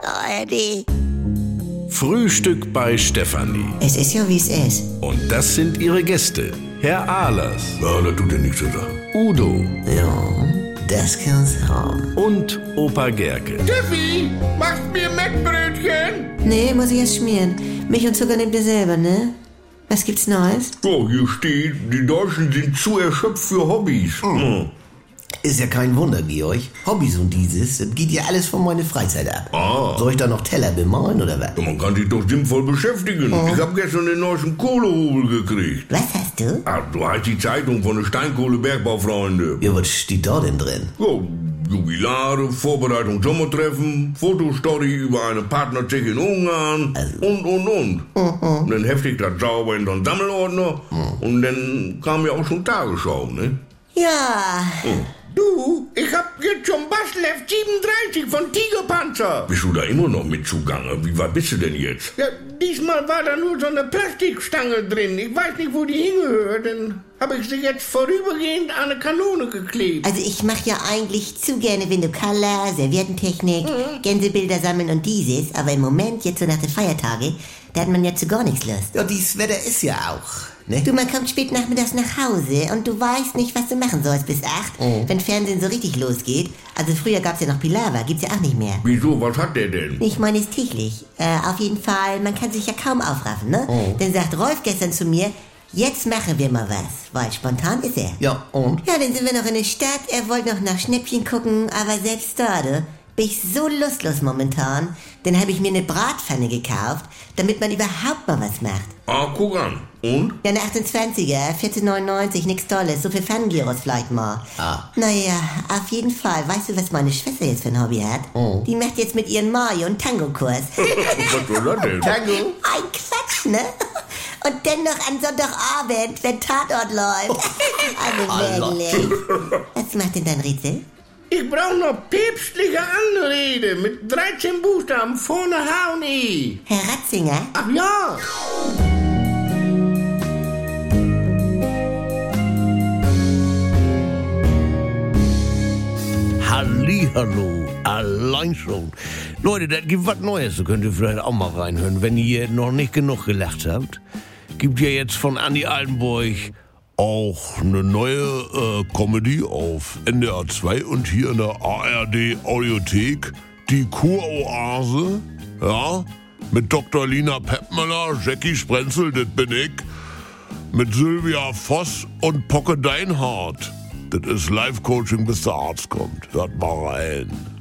ARD. Frühstück bei Stefanie. Es ist ja, wie es ist. Und das sind ihre Gäste. Herr Ahlers, Ja, das tut dir nichts zu sagen. Udo Ja, das kann's haben. und Opa Gerke. Steffi, machst mir Mettbrötchen? Nee, muss ich erst schmieren. Milch und Zucker nehmt ihr selber, ne? Was gibt's Neues? So, hier steht, die Deutschen sind zu erschöpft für Hobbys. Hm. Ist ja kein Wunder, Georg. Hobbys und dieses, das geht ja alles von meiner Freizeit ab. Ah. Soll ich da noch Teller bemalen oder was? Ja, man kann sich doch sinnvoll beschäftigen. Ich habe gestern den neuen Kohlehobel gekriegt. Was hast du? Ach, du heißt die Zeitung von den Steinkohlebergbaufreunde. Ja, was steht da denn drin? So, Jubilare, Vorbereitung Sommertreffen, Fotostory über eine Partnerzeche in Ungarn und, und, und. Und dann heftig das sauber in so einen Sammelordner Hm. und dann kam ja auch schon Tagesschau, ne? Ja, Du, ich hab jetzt schon Baslev 37 von Tigerpanzer. Bist du da immer noch mit zugange? Wie weit bist du denn jetzt? Ja, diesmal war da nur so eine Plastikstange drin. Ich weiß nicht, wo die hingehört. Dann habe ich sie jetzt vorübergehend an eine Kanone geklebt. also ich mache ja eigentlich zu gerne Window Color, Serviettentechnik, Gänsebilder sammeln und dieses, aber im Moment, jetzt so nach den Feiertagen, da hat man ja zu gar nichts Lust. Ja, dieses Wetter ist ja auch, ne? Du, man kommt spät nachmittags nach Hause und du weißt nicht, was du machen sollst bis acht, wenn Fernsehen so richtig losgeht. Also früher gab's ja noch Pilava, gibt's ja auch nicht mehr. Wieso, was hat der denn? Ich meine es täglich. Äh, auf jeden Fall, man kann sich ja kaum aufraffen, ne? Oh. Dann sagt Rolf gestern zu mir, jetzt machen wir mal was, weil spontan ist er. Ja, und? Ja, dann sind wir noch in der Stadt, er wollte noch nach Schnäppchen gucken, aber selbst da, du, bin ich so lustlos momentan. Dann habe ich mir eine Bratpfanne gekauft, damit man überhaupt mal was macht. Ah, guck an. Und? Ja, eine 28er, 14,99, nix Tolles, so viel Fangiros vielleicht mal. Ah. Naja, auf jeden Fall, weißt du, was meine Schwester jetzt für ein Hobby hat? Oh. Die macht jetzt mit ihren Mario einen Tango-Kurs. Was soll das denn? Tango? Ein Quatsch, ne? Und dennoch am Sonntagabend, wenn Tatort läuft. Also Allah. wirklich. Was macht denn dein Rätsel? Ich brauch noch päpstliche Anrede mit 13 Buchstaben vorne H und E. Herr Ratzinger? Ach ja. Hallihallo, allein schon. Leute, das gibt was Neues, da könnt ihr vielleicht auch mal reinhören. Wenn ihr noch nicht genug gelacht habt, gibt ja jetzt von Andy Altenburg auch eine neue äh, Comedy auf NDR 2 und hier in der ARD Audiothek. Die Kuroase, ja, mit Dr. Lina Peppmüller, Jackie Sprenzel, das bin ich mit Sylvia Voss und Pocke Deinhardt. Das ist Live-Coaching, bis der Arzt kommt. Hört mal rein.